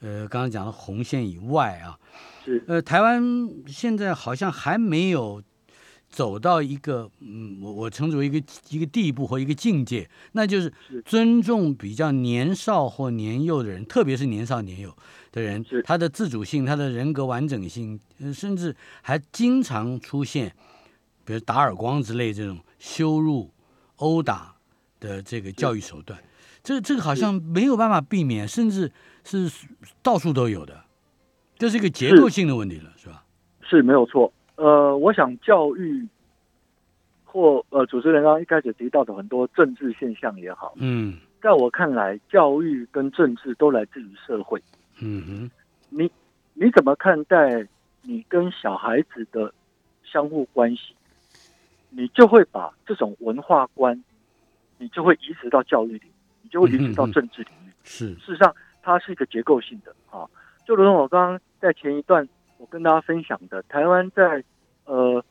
Speaker 1: 呃，刚刚讲的红线以外啊，
Speaker 2: 是
Speaker 1: 呃，台湾现在好像还没有走到一个，嗯，我我称之为一个一个地步或一个境界，那就是
Speaker 2: 是
Speaker 1: 尊重比较年少或年幼的人，特别是年少年幼的人
Speaker 2: 是，
Speaker 1: 他的自主性、他的人格完整性，呃甚至还经常出现，比如打耳光之类这种羞辱、殴打的这个教育手段。这这个好像没有办法避免，甚至是到处都有的，这是一个结构性的问题了，是吧？
Speaker 2: 是没有错。呃，我想教育或呃，主持人刚刚一开始提到的很多政治现象也好，
Speaker 1: 嗯
Speaker 2: 在我看来，教育跟政治都来自于社会。
Speaker 1: 嗯
Speaker 2: 你你怎么看待你跟小孩子的相互关系？你就会把这种文化观，你就会移植到教育里，你就会移植到政治领域。
Speaker 1: 哼，是
Speaker 2: 事实上，它是一个结构性的啊。就如同我刚刚在前一段我跟大家分享的，台湾在呃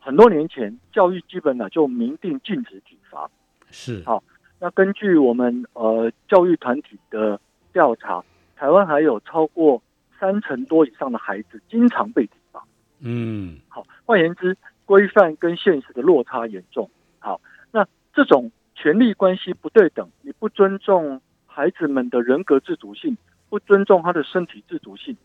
Speaker 2: 很多年前，教育基本呢就明定禁止体罚，
Speaker 1: 是，
Speaker 2: 好那根据我们呃教育团体的调查，台湾还有超过三成多以上的孩子经常被体罚。
Speaker 1: 嗯
Speaker 2: 好，换言之，规范跟现实的落差严重。好，那这种权力关系不对等，你不尊重孩子们的人格自主性，不尊重他的身体自主性，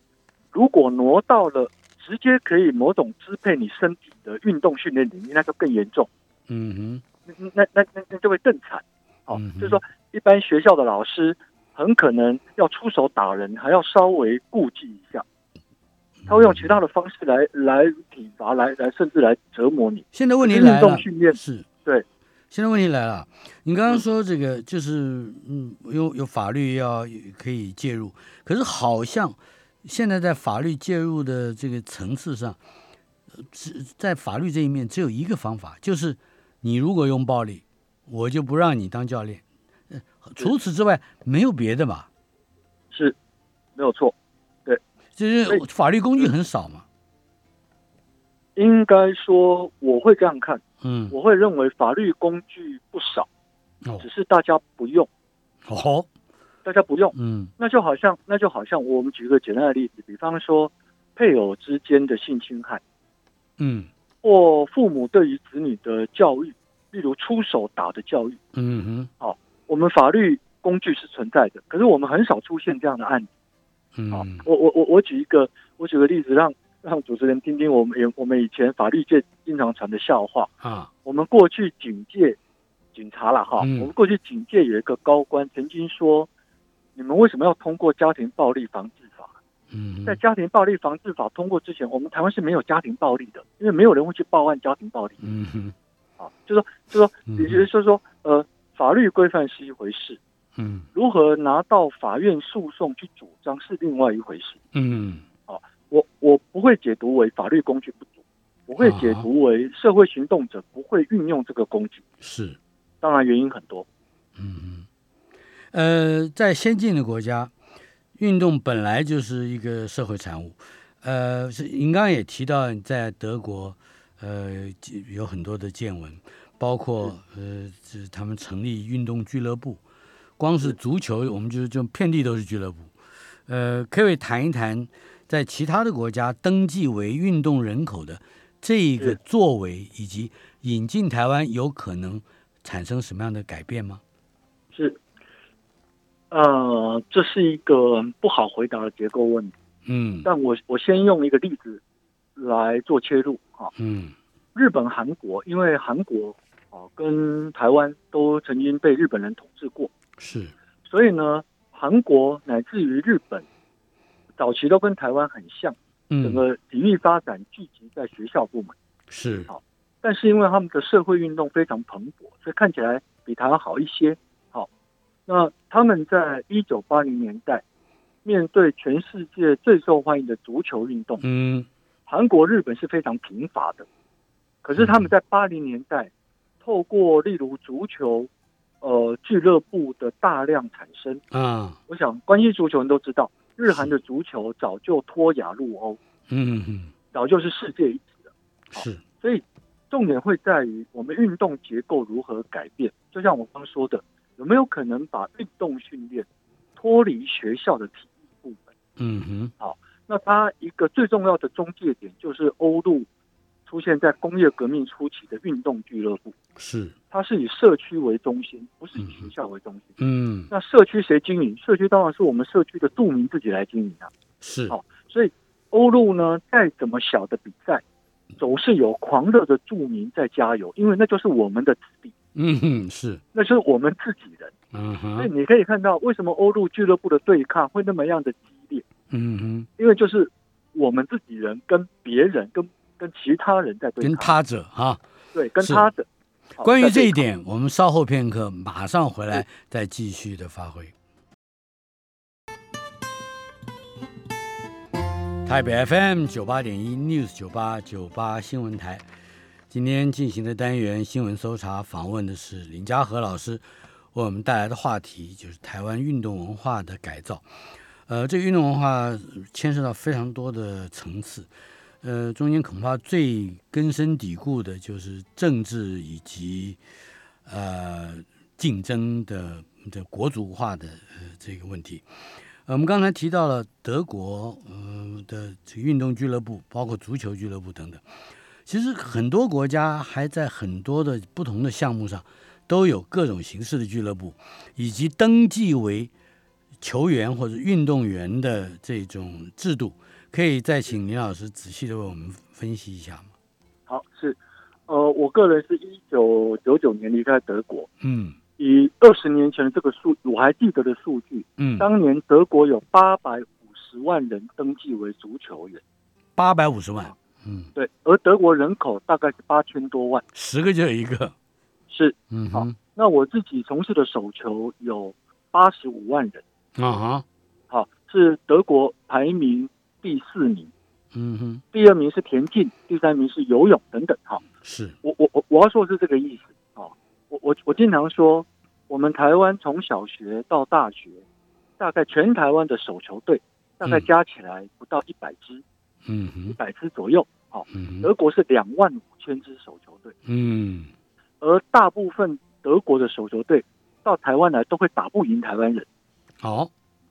Speaker 2: 如果挪到了直接可以某种支配你身体的运动训练领域，那就更严重。
Speaker 1: 嗯
Speaker 2: 那那那那那就会更惨。哦
Speaker 1: 嗯，哼
Speaker 2: 就是说，一般学校的老师很可能要出手打人，还要稍微顾忌一下，
Speaker 1: 哼，
Speaker 2: 他会用其他的方式来来体罚，来来甚至来折磨你。
Speaker 1: 现在问题
Speaker 2: 这是
Speaker 1: 来
Speaker 2: 运动
Speaker 1: 了，
Speaker 2: 训练
Speaker 1: 是，
Speaker 2: 对。
Speaker 1: 现在问题来了，你刚刚说这个就是，嗯，有有法律要可以介入，可是好像现在在法律介入的这个层次上，呃只在法律这一面只有一个方法，就是你如果用暴力，我就不让你当教练。呃除此之外没有别的吧，
Speaker 2: 是没有错，
Speaker 1: 就是
Speaker 2: 对
Speaker 1: 法律工具很少嘛。
Speaker 2: 应该说我会这样看，
Speaker 1: 嗯，
Speaker 2: 我会认为法律工具不少，
Speaker 1: 哦
Speaker 2: 只是大家不用，
Speaker 1: 哦，
Speaker 2: 大家不用。
Speaker 1: 嗯
Speaker 2: 那就好像，那就好像我们举个简单的例子，比方说配偶之间的性侵害，
Speaker 1: 嗯
Speaker 2: 或父母对于子女的教育，例如出手打的教育。
Speaker 1: 嗯哼
Speaker 2: 我们法律工具是存在的，可是我们很少出现这样的案子啊、
Speaker 1: 嗯
Speaker 2: 我我我我举一个，我举个例子让让主持人听听我们以我们以前法律界经常传的笑话。
Speaker 1: 啊
Speaker 2: 我们过去警戒警察了哈，
Speaker 1: 嗯
Speaker 2: 我们过去警戒有一个高官曾经说，你们为什么要通过家庭暴力防治法？
Speaker 1: 嗯
Speaker 2: 在家庭暴力防治法通过之前，我们台湾是没有家庭暴力的，因为没有人会去报案家庭暴力
Speaker 1: 嗯哼
Speaker 2: 啊。就说就说，
Speaker 1: 嗯
Speaker 2: 也就是说，呃，法律规范是一回事，
Speaker 1: 嗯
Speaker 2: 如何拿到法院诉讼去主张是另外一回事。
Speaker 1: 嗯
Speaker 2: 我我不会解读为法律工具不足，我会解
Speaker 1: 啊
Speaker 2: 读为社会行动者不会运用这个工具。
Speaker 1: 是。
Speaker 2: 当然原因很多，
Speaker 1: 嗯嗯，呃，在先进的国家，运动本来就是一个社会产物。呃，是您刚刚也提到，在德国，呃，有很多的见闻，包括呃，是他们成立运动俱乐部，光是足球，我们就就遍地都是俱乐部。呃，可不可以谈一谈在其他的国家登记为运动人口的这一个
Speaker 2: 是
Speaker 1: 作为，以及引进台湾有可能产生什么样的改变吗？
Speaker 2: 是，呃，这是一个不好回答的结构问题。
Speaker 1: 嗯
Speaker 2: 但我我先用一个例子来做切入啊。
Speaker 1: 嗯
Speaker 2: 日本、韩国，因为韩国啊跟台湾都曾经被日本人统治过，
Speaker 1: 是
Speaker 2: 所以呢，韩国乃至于日本早期都跟台湾很像，整
Speaker 1: 嗯
Speaker 2: 个体育发展聚集在学校部门。
Speaker 1: 是
Speaker 2: 好但是因为他们的社会运动非常蓬勃，所以看起来比台湾好一些。好，那他们在一九八零年代面对全世界最受欢迎的足球运动，
Speaker 1: 嗯
Speaker 2: 韩国、日本是非常贫乏的。可是他们在八零年代，透过例如足球，呃，俱乐部的大量产生，
Speaker 1: 啊
Speaker 2: 我想关心足球人都知道，日韩的足球早就脱亚入欧，
Speaker 1: 嗯嗯
Speaker 2: 早就是世界一
Speaker 1: 是
Speaker 2: 所以重点会在于我们运动结构如何改变。就像我刚说的，有没有可能把运动训练脱离学校的体育部门？
Speaker 1: 嗯哼
Speaker 2: 那它一个最重要的中介点就是欧陆出现在工业革命初期的运动俱乐部，
Speaker 1: 是
Speaker 2: 它是以社区为中心，不是以学校为中心。
Speaker 1: 嗯
Speaker 2: 那社区谁经营？社区当然是我们社区的住民自己来经营啊。
Speaker 1: 是
Speaker 2: 好所以欧陆呢，再怎么小的比赛，总是有狂热的住民在加油，因为那就是我们的子弟，
Speaker 1: 嗯哼是
Speaker 2: 那就是我们自己人。
Speaker 1: 嗯
Speaker 2: 所以
Speaker 1: 哼
Speaker 2: 你可以看到，为什么欧陆俱乐部的对抗会那么样的激烈，
Speaker 1: 嗯哼
Speaker 2: 因为就是我们自己人跟别人、跟跟其他人在对
Speaker 1: 跟
Speaker 2: 抗，
Speaker 1: 他者啊，
Speaker 2: 对，跟
Speaker 1: 是
Speaker 2: 他的。好
Speaker 1: 关于
Speaker 2: 在
Speaker 1: 这一
Speaker 2: 抗
Speaker 1: 点，我们稍后片刻马上回来再继续的发挥。台北 FM 九八点一 News 九八九八新闻台，今天进行的单元新闻搜查访问的是林家和老师，为我们带来的话题就是台湾运动文化的改造。呃，这个运动文化牵涉到非常多的层次，呃，中间恐怕最根深蒂固的就是政治以及呃竞争的的国族化的呃这个问题。呃，我们刚才提到了德国呃的这个运动俱乐部，包括足球俱乐部等等。其实很多国家还在很多的不同的项目上都有各种形式的俱乐部，以及登记为球员或者运动员的这种制度。可以再请林老师仔细的为我们分析一下吗？
Speaker 2: 好是，呃，我个人是一九九九年离开德国，
Speaker 1: 嗯
Speaker 2: 以二十年前的这个数，我还记得的数据，
Speaker 1: 嗯，
Speaker 2: 当年德国有八百五十万人登记为足球员，
Speaker 1: 八百五十万，嗯，
Speaker 2: 对，而德国人口大概是八千多万。
Speaker 1: 十个就有一个，
Speaker 2: 是，
Speaker 1: 嗯
Speaker 2: 好
Speaker 1: 哼，
Speaker 2: 那我自己从事的手球有八十五万人，
Speaker 1: 啊哈，
Speaker 2: 好，是德国排名第四名，
Speaker 1: 嗯哼，
Speaker 2: 第二名是田径，第三名是游泳等等。好，
Speaker 1: 是，
Speaker 2: 我我我我要说的是这个意思啊，我我我经常说，我们台湾从小学到大学，大概全台湾的手球队大概
Speaker 1: 嗯
Speaker 2: 加起来不到一百支，
Speaker 1: 嗯
Speaker 2: 一
Speaker 1: 哼，
Speaker 2: 百支左右。好，
Speaker 1: 嗯哼，
Speaker 2: 德国是两万五千支手球队，
Speaker 1: 嗯，
Speaker 2: 而大部分德国的手球队到台湾来都会打不赢台湾人。
Speaker 1: 好，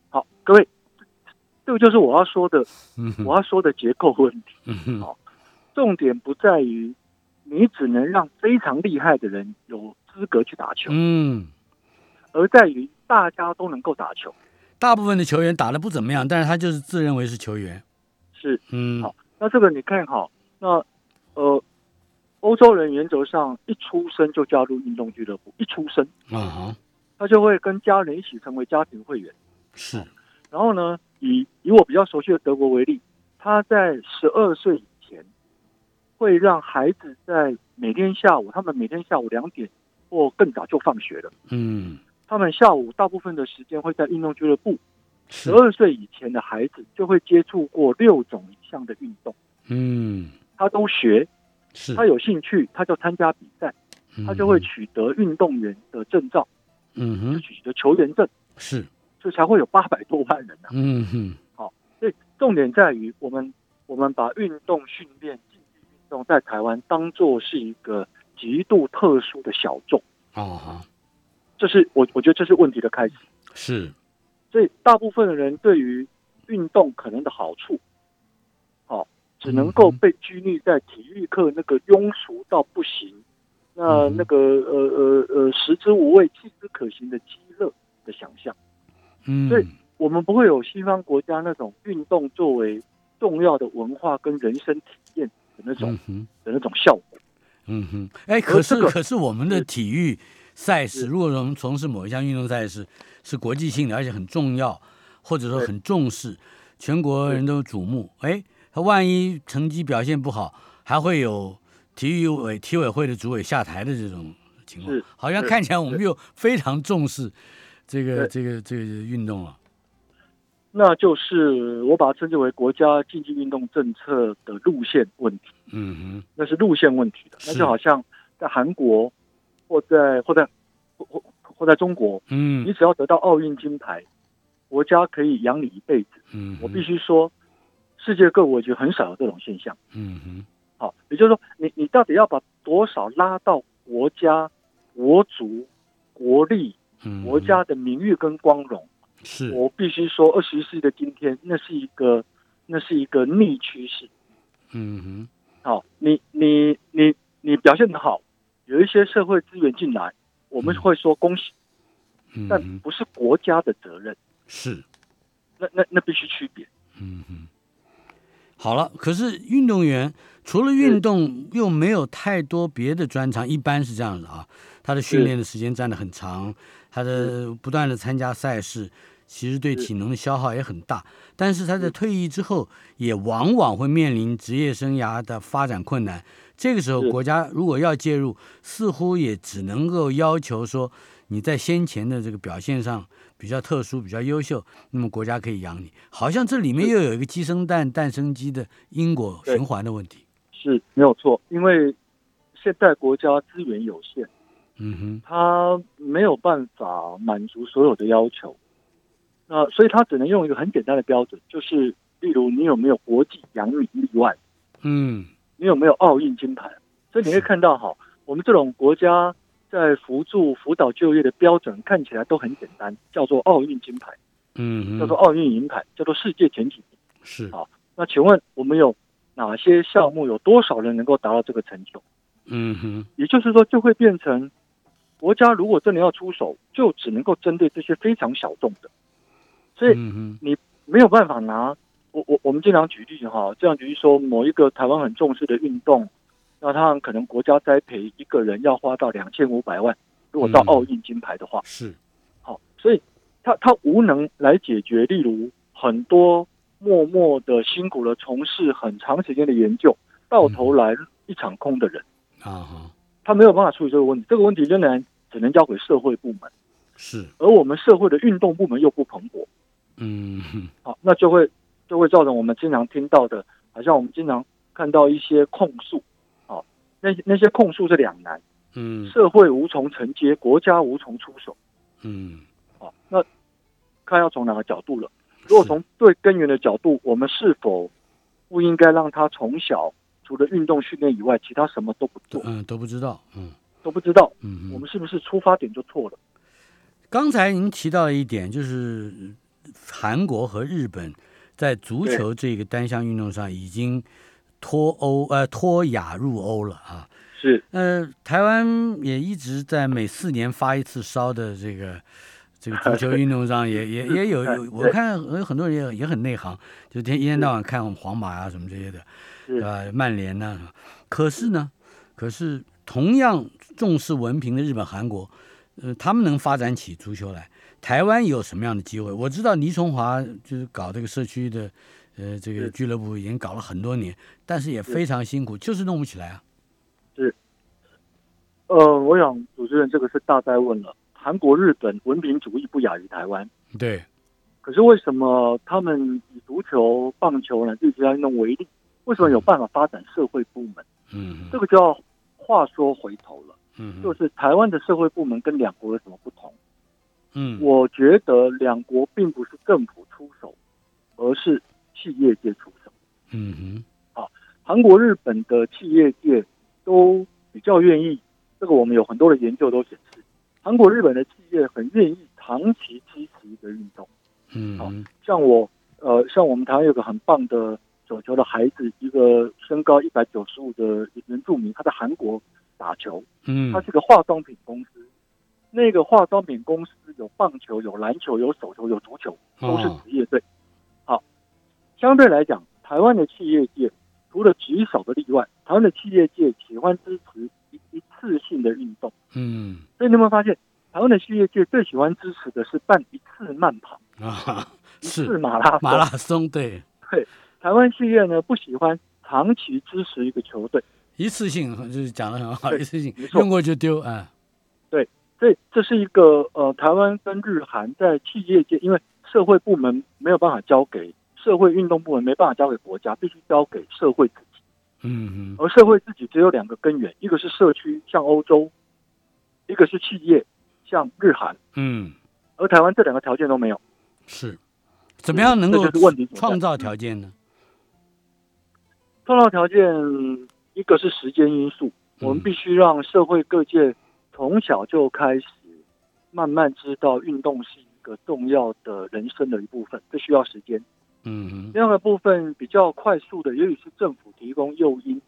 Speaker 2: 好，各位，这个就是我要说的，
Speaker 1: 嗯哼，
Speaker 2: 我要说的结构问题。
Speaker 1: 嗯哼，
Speaker 2: 好重点不在于你只能让非常厉害的人有资格去打球，
Speaker 1: 嗯，
Speaker 2: 而在于大家都能够打球。
Speaker 1: 大部分的球员打的不怎么样，但是他就是自认为是球员，
Speaker 2: 是，
Speaker 1: 嗯，
Speaker 2: 好那这个你看好，那呃，欧洲人原则上一出生就加入运动俱乐部，一出生
Speaker 1: 啊哈，
Speaker 2: 他就会跟家人一起成为家庭会员。
Speaker 1: 是，
Speaker 2: 然后呢，以以我比较熟悉的德国为例，他在十二岁以前，会让孩子在每天下午，他们每天下午两点或更早就放学了。
Speaker 1: 嗯，
Speaker 2: 他们下午大部分的时间会在运动俱乐部。
Speaker 1: 是
Speaker 2: 十，二岁以前的孩子就会接触过六种以上的运动，
Speaker 1: 嗯，
Speaker 2: 他都学，
Speaker 1: 是，
Speaker 2: 他有兴趣，他就参加比赛，他就会取得运动员的证照，
Speaker 1: 嗯
Speaker 2: 就
Speaker 1: 哼，
Speaker 2: 取得球员证，
Speaker 1: 是，
Speaker 2: 所以才会有八百多万人啊。
Speaker 1: 嗯哼，
Speaker 2: 所以重点在于我们我们把运动训练、竞技运动在台湾当做是一个极度特殊的小众，
Speaker 1: 哦哈，
Speaker 2: 这是我我觉得这是问题的开始。
Speaker 1: 是，
Speaker 2: 所以大部分的人对于运动可能的好处，好、只能够被拘泥在体育课那个庸俗到不行，那
Speaker 1: 嗯哼
Speaker 2: 那个呃呃呃食之无味弃之可行的饥饿的想象。
Speaker 1: 嗯，
Speaker 2: 所以我们不会有西方国家那种运动作为重要的文化跟人生体验的那种、
Speaker 1: 嗯哼，
Speaker 2: 的那种效果。
Speaker 1: 嗯哼，哎，可是
Speaker 2: 这个
Speaker 1: 可是我们的
Speaker 2: 是
Speaker 1: 体育赛事，
Speaker 2: 是
Speaker 1: 如果我们从事某一项运动赛事，是国际性的，而且很重要，或者说
Speaker 2: 对
Speaker 1: 很重视，全国人都瞩目。哎，他万一成绩表现不好，还会有体育委体委会的主委下台的这种情况
Speaker 2: 是。
Speaker 1: 好像
Speaker 2: 是
Speaker 1: 看起来我们
Speaker 2: 是
Speaker 1: 又非常重视这个
Speaker 2: 对
Speaker 1: 这个这个运动了。
Speaker 2: 那就是我把它称之为国家竞技运动政策的路线问题。
Speaker 1: 嗯
Speaker 2: 那是路线问题的。
Speaker 1: 是
Speaker 2: 那就好像在韩国，或在或在或或或在中国，
Speaker 1: 哼，嗯
Speaker 2: 你只要得到奥运金牌，国家可以养你一辈子。
Speaker 1: 嗯哼，
Speaker 2: 我必须说，世界各国就很少有这种现象。
Speaker 1: 嗯哼，
Speaker 2: 好，也就是说，你你到底要把多少拉到国家、国族、国力、
Speaker 1: 嗯哼，嗯
Speaker 2: 国家的名誉跟光荣？
Speaker 1: 是
Speaker 2: 我必须说，二十一世纪的今天，那是一个那是一个逆趋势。
Speaker 1: 嗯哼，
Speaker 2: 好，你你你你表现得好，有一些社会资源进来，我们会说恭喜，
Speaker 1: 嗯
Speaker 2: 但
Speaker 1: 哼，
Speaker 2: 不是国家的责任，
Speaker 1: 是。
Speaker 2: 那那那必须区别。
Speaker 1: 嗯哼，好了，可是运动员除了运动，又没有太多别的专长，一般是这样的啊。他的训练的时间占得很长，他的不断的参加赛事，其实对
Speaker 2: 是
Speaker 1: 体能的消耗也很大。但是他在退役之后，也往往会面临职业生涯的发展困难。这个时候，
Speaker 2: 是
Speaker 1: 国家如果要介入，似乎也只能够要求说你在先前的这个表现上比较特殊、比较优秀，那么国家可以养你。好像这里面又有一个鸡生蛋、蛋生鸡的因果
Speaker 2: 对
Speaker 1: 循环的问题。
Speaker 2: 是没有错，因为现在国家资源有限，
Speaker 1: 嗯
Speaker 2: 他没有办法满足所有的要求，那所以他只能用一个很简单的标准，就是例如你有没有国际扬名立万，
Speaker 1: 哼，嗯
Speaker 2: 你有没有奥运金牌？所以你会看到，哈，我们这种国家在扶助、辅导就业的标准看起来都很简单，叫做奥运金牌，
Speaker 1: 嗯
Speaker 2: 叫做
Speaker 1: 哼，
Speaker 2: 奥运银牌，叫做世界前几名。
Speaker 1: 是，
Speaker 2: 那请问我们有哪些项目，有多少人能够达到这个成就？
Speaker 1: 嗯哼，
Speaker 2: 也就是说，就会变成国家如果真的要出手，就只能够针对这些非常小众的，所以
Speaker 1: 嗯哼，
Speaker 2: 没有办法拿。我我我们经常举例哈，这样举例说某一个台湾很重视的运动，那他可能国家栽培一个人要花到两千五百万，如果到
Speaker 1: 嗯
Speaker 2: 奥运金牌的话，
Speaker 1: 是，
Speaker 2: 好，所以他他无能来解决，例如很多默默的辛苦的从事很长时间的研究，到头来一场空的人，
Speaker 1: 啊哈，
Speaker 2: 他没有办法处理这个问题，这个问题仍然只能交给社会部门，
Speaker 1: 是，
Speaker 2: 而我们社会的运动部门又不蓬勃，
Speaker 1: 嗯哼，
Speaker 2: 好，那就会就会造成我们经常听到的，好像我们经常看到一些控诉，好，那那些控诉是两难，
Speaker 1: 嗯
Speaker 2: 社会无从承接，国家无从出手。
Speaker 1: 嗯，
Speaker 2: 啊，那看要从哪个角度了。如果
Speaker 1: 是
Speaker 2: 从最根源的角度，我们是否不应该让他从小除了运动训练以外，其他什么都不做，
Speaker 1: 嗯都不知道，嗯
Speaker 2: 都不知道？
Speaker 1: 嗯哼
Speaker 2: 我。们是不是出发点就错了？
Speaker 1: 刚才您提到了一点，就是呃韩国和日本在足球这个单项运动上已经脱欧呃脱亚入欧了啊。
Speaker 2: 是
Speaker 1: 呃，台湾也一直在每四年发一次烧的这个这个足球运动上也，也也有有，我
Speaker 2: 对
Speaker 1: 看有很多人也也很内行，就天一天到晚看我们皇马啊什么这些的，
Speaker 2: 是
Speaker 1: 呃，曼联呐、可是呢，可是同样重视文凭的日本、韩国，呃，他们能发展起足球来，台湾有什么样的机会？我知道倪崇华就是搞这个社区的，呃，这个
Speaker 2: 是
Speaker 1: 俱乐部已经搞了很多年，但是也非常辛苦，就是弄不起来啊。
Speaker 2: 呃，我想主持人这个是大灾问了。韩国、日本文凭主义不亚于台湾，
Speaker 1: 对，
Speaker 2: 可是为什么他们以足球、棒球呢，这些运动为例，为什么有办法发展社会部门？
Speaker 1: 嗯
Speaker 2: 这个就要话说回头了，
Speaker 1: 嗯
Speaker 2: 就是台湾的社会部门跟两国有什么不同？
Speaker 1: 嗯，
Speaker 2: 我觉得两国并不是政府出手，而是企业界出手。
Speaker 1: 嗯哼，
Speaker 2: 韩国、日本的企业界都比较愿意，这个我们有很多的研究都显示，韩国、日本的企业很愿意长期支持一个运动。
Speaker 1: 嗯
Speaker 2: 好
Speaker 1: 哼，
Speaker 2: 像我，呃，像我们台湾有个很棒的手球的孩子，一个身高一百九十五的原住民，他在韩国打球，
Speaker 1: 嗯
Speaker 2: 它是个化妆品公司。那个化妆品公司有棒球、有篮球、有手球、有足球，都是
Speaker 1: 哦
Speaker 2: 职业队。好，相对来讲，台湾的企业界除了极少的例外，台湾的企业界喜欢支持一一次性的运动。
Speaker 1: 嗯
Speaker 2: 所以你有没有发现，台湾的企业界最喜欢支持的是办一次慢跑、
Speaker 1: 啊，
Speaker 2: 一次
Speaker 1: 是
Speaker 2: 马拉松。
Speaker 1: 马拉松，对，
Speaker 2: 台湾企业呢不喜欢长期支持一个球队，
Speaker 1: 一次性就是讲的很好，
Speaker 2: 对
Speaker 1: 一次性
Speaker 2: 没错
Speaker 1: 用过就丢啊，
Speaker 2: 所以这是一个呃，台湾跟日韩在企业界，因为社会部门没有办法交给社会运动部门，没办法交给国家，必须交给社会自己。
Speaker 1: 嗯哼，
Speaker 2: 而社会自己只有两个根源，一个是社区，像欧洲；一个是企业，像日韩。
Speaker 1: 嗯
Speaker 2: 而台湾这两个条件都没有，
Speaker 1: 是，怎么样能够
Speaker 2: 这就是问题所在
Speaker 1: 创造条件呢？
Speaker 2: 创造条件一个是时间因素，我们必须让社会各界从小就开始慢慢知道运动是一个重要的人生的一部分，这需要时间。
Speaker 1: 嗯
Speaker 2: 第二个部分比较快速的，也许是政府提供诱因，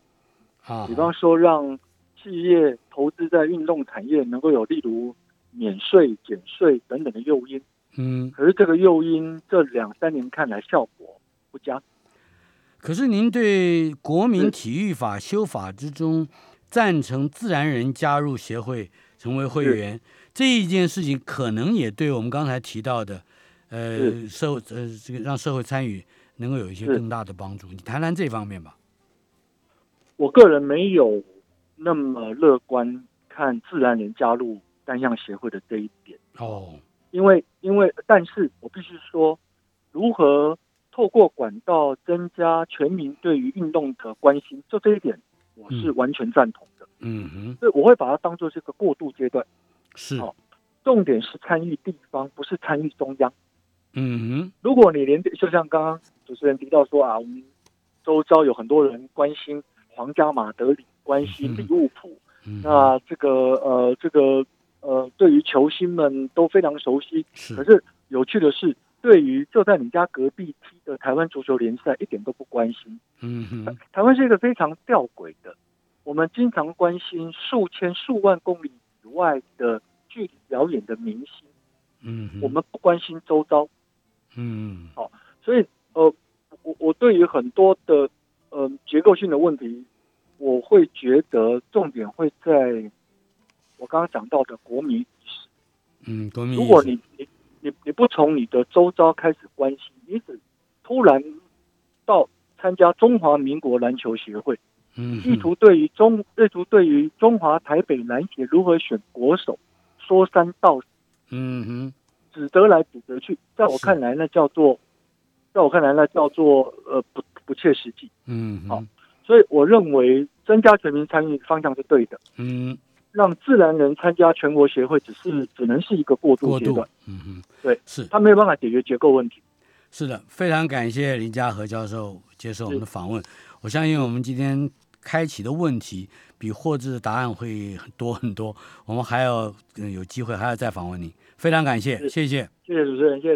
Speaker 1: 哼，啊，
Speaker 2: 比方说让企业投资在运动产业能够有例如免税、减税等等的诱因。
Speaker 1: 嗯，
Speaker 2: 可是这个诱因这两三年看来效果不佳，
Speaker 1: 可是您对《国民
Speaker 2: 是
Speaker 1: 体育法》修法之中赞成自然人加入协会成为会员这一件事情，可能也对我们刚才提到的，呃，
Speaker 2: 是
Speaker 1: 社会呃这个让社会参与能够有一些
Speaker 2: 是
Speaker 1: 更大的帮助。你谈谈这方面吧。
Speaker 2: 我个人没有那么乐观看自然人加入单项协会的这一点，
Speaker 1: 哦，
Speaker 2: 因为因为但是我必须说，如何透过管道增加全民对于运动的关心，就这一点我是完全赞同的，
Speaker 1: 嗯哼，
Speaker 2: 所以我会把它当做是一个过渡阶段，
Speaker 1: 是，
Speaker 2: 好重点是参与地方，不是参与中央。
Speaker 1: 嗯
Speaker 2: 如果你连就像刚刚主持人提到说啊，我们周遭有很多人关心皇家马德里，关心利物浦。
Speaker 1: 哼，嗯哼，
Speaker 2: 那这个呃，这个呃，对于球星们都非常熟悉。可
Speaker 1: 是，
Speaker 2: 是有趣的是，对于就在你家隔壁踢的台湾足球联赛一点都不关心。
Speaker 1: 嗯哼，
Speaker 2: 台湾是一个非常吊诡的，我们经常关心数千数万公里以外的距离遥远的明星，
Speaker 1: 嗯哼，
Speaker 2: 我们不关心周遭。
Speaker 1: 嗯
Speaker 2: 所以呃，我我对于很多的呃结构性的问题，我会觉得重点会在我刚刚讲到的国民意识。
Speaker 1: 嗯，国民意识，
Speaker 2: 如果你你你你不从你的周遭开始关心，你只突然到参加中华民国篮球协会，
Speaker 1: 嗯哼
Speaker 2: 意图对于中意图对于中华台北篮协如何选国手说三道四。
Speaker 1: 嗯哼，
Speaker 2: 指责来指责去，在我
Speaker 1: 是
Speaker 2: 看来，那叫做，在我看来，那叫做呃不不切实际。
Speaker 1: 嗯哼，
Speaker 2: 好所以我认为增加全民参与方向是对的，
Speaker 1: 嗯，
Speaker 2: 让自然人参加全国协会只是只能是一个过渡
Speaker 1: 过
Speaker 2: 阶
Speaker 1: 渡
Speaker 2: 段，，
Speaker 1: 嗯哼，
Speaker 2: 对，
Speaker 1: 是。
Speaker 2: 它没有办法解决结构问题。
Speaker 1: 是的，非常感谢林家和教授接受我们的访问。我相信我们今天开启的问题比获知的答案会多很呃多。我们还要、嗯、有机会还要再访问您，非常感谢，
Speaker 2: 是
Speaker 1: 谢谢。
Speaker 2: 谢谢主持人，谢谢大家。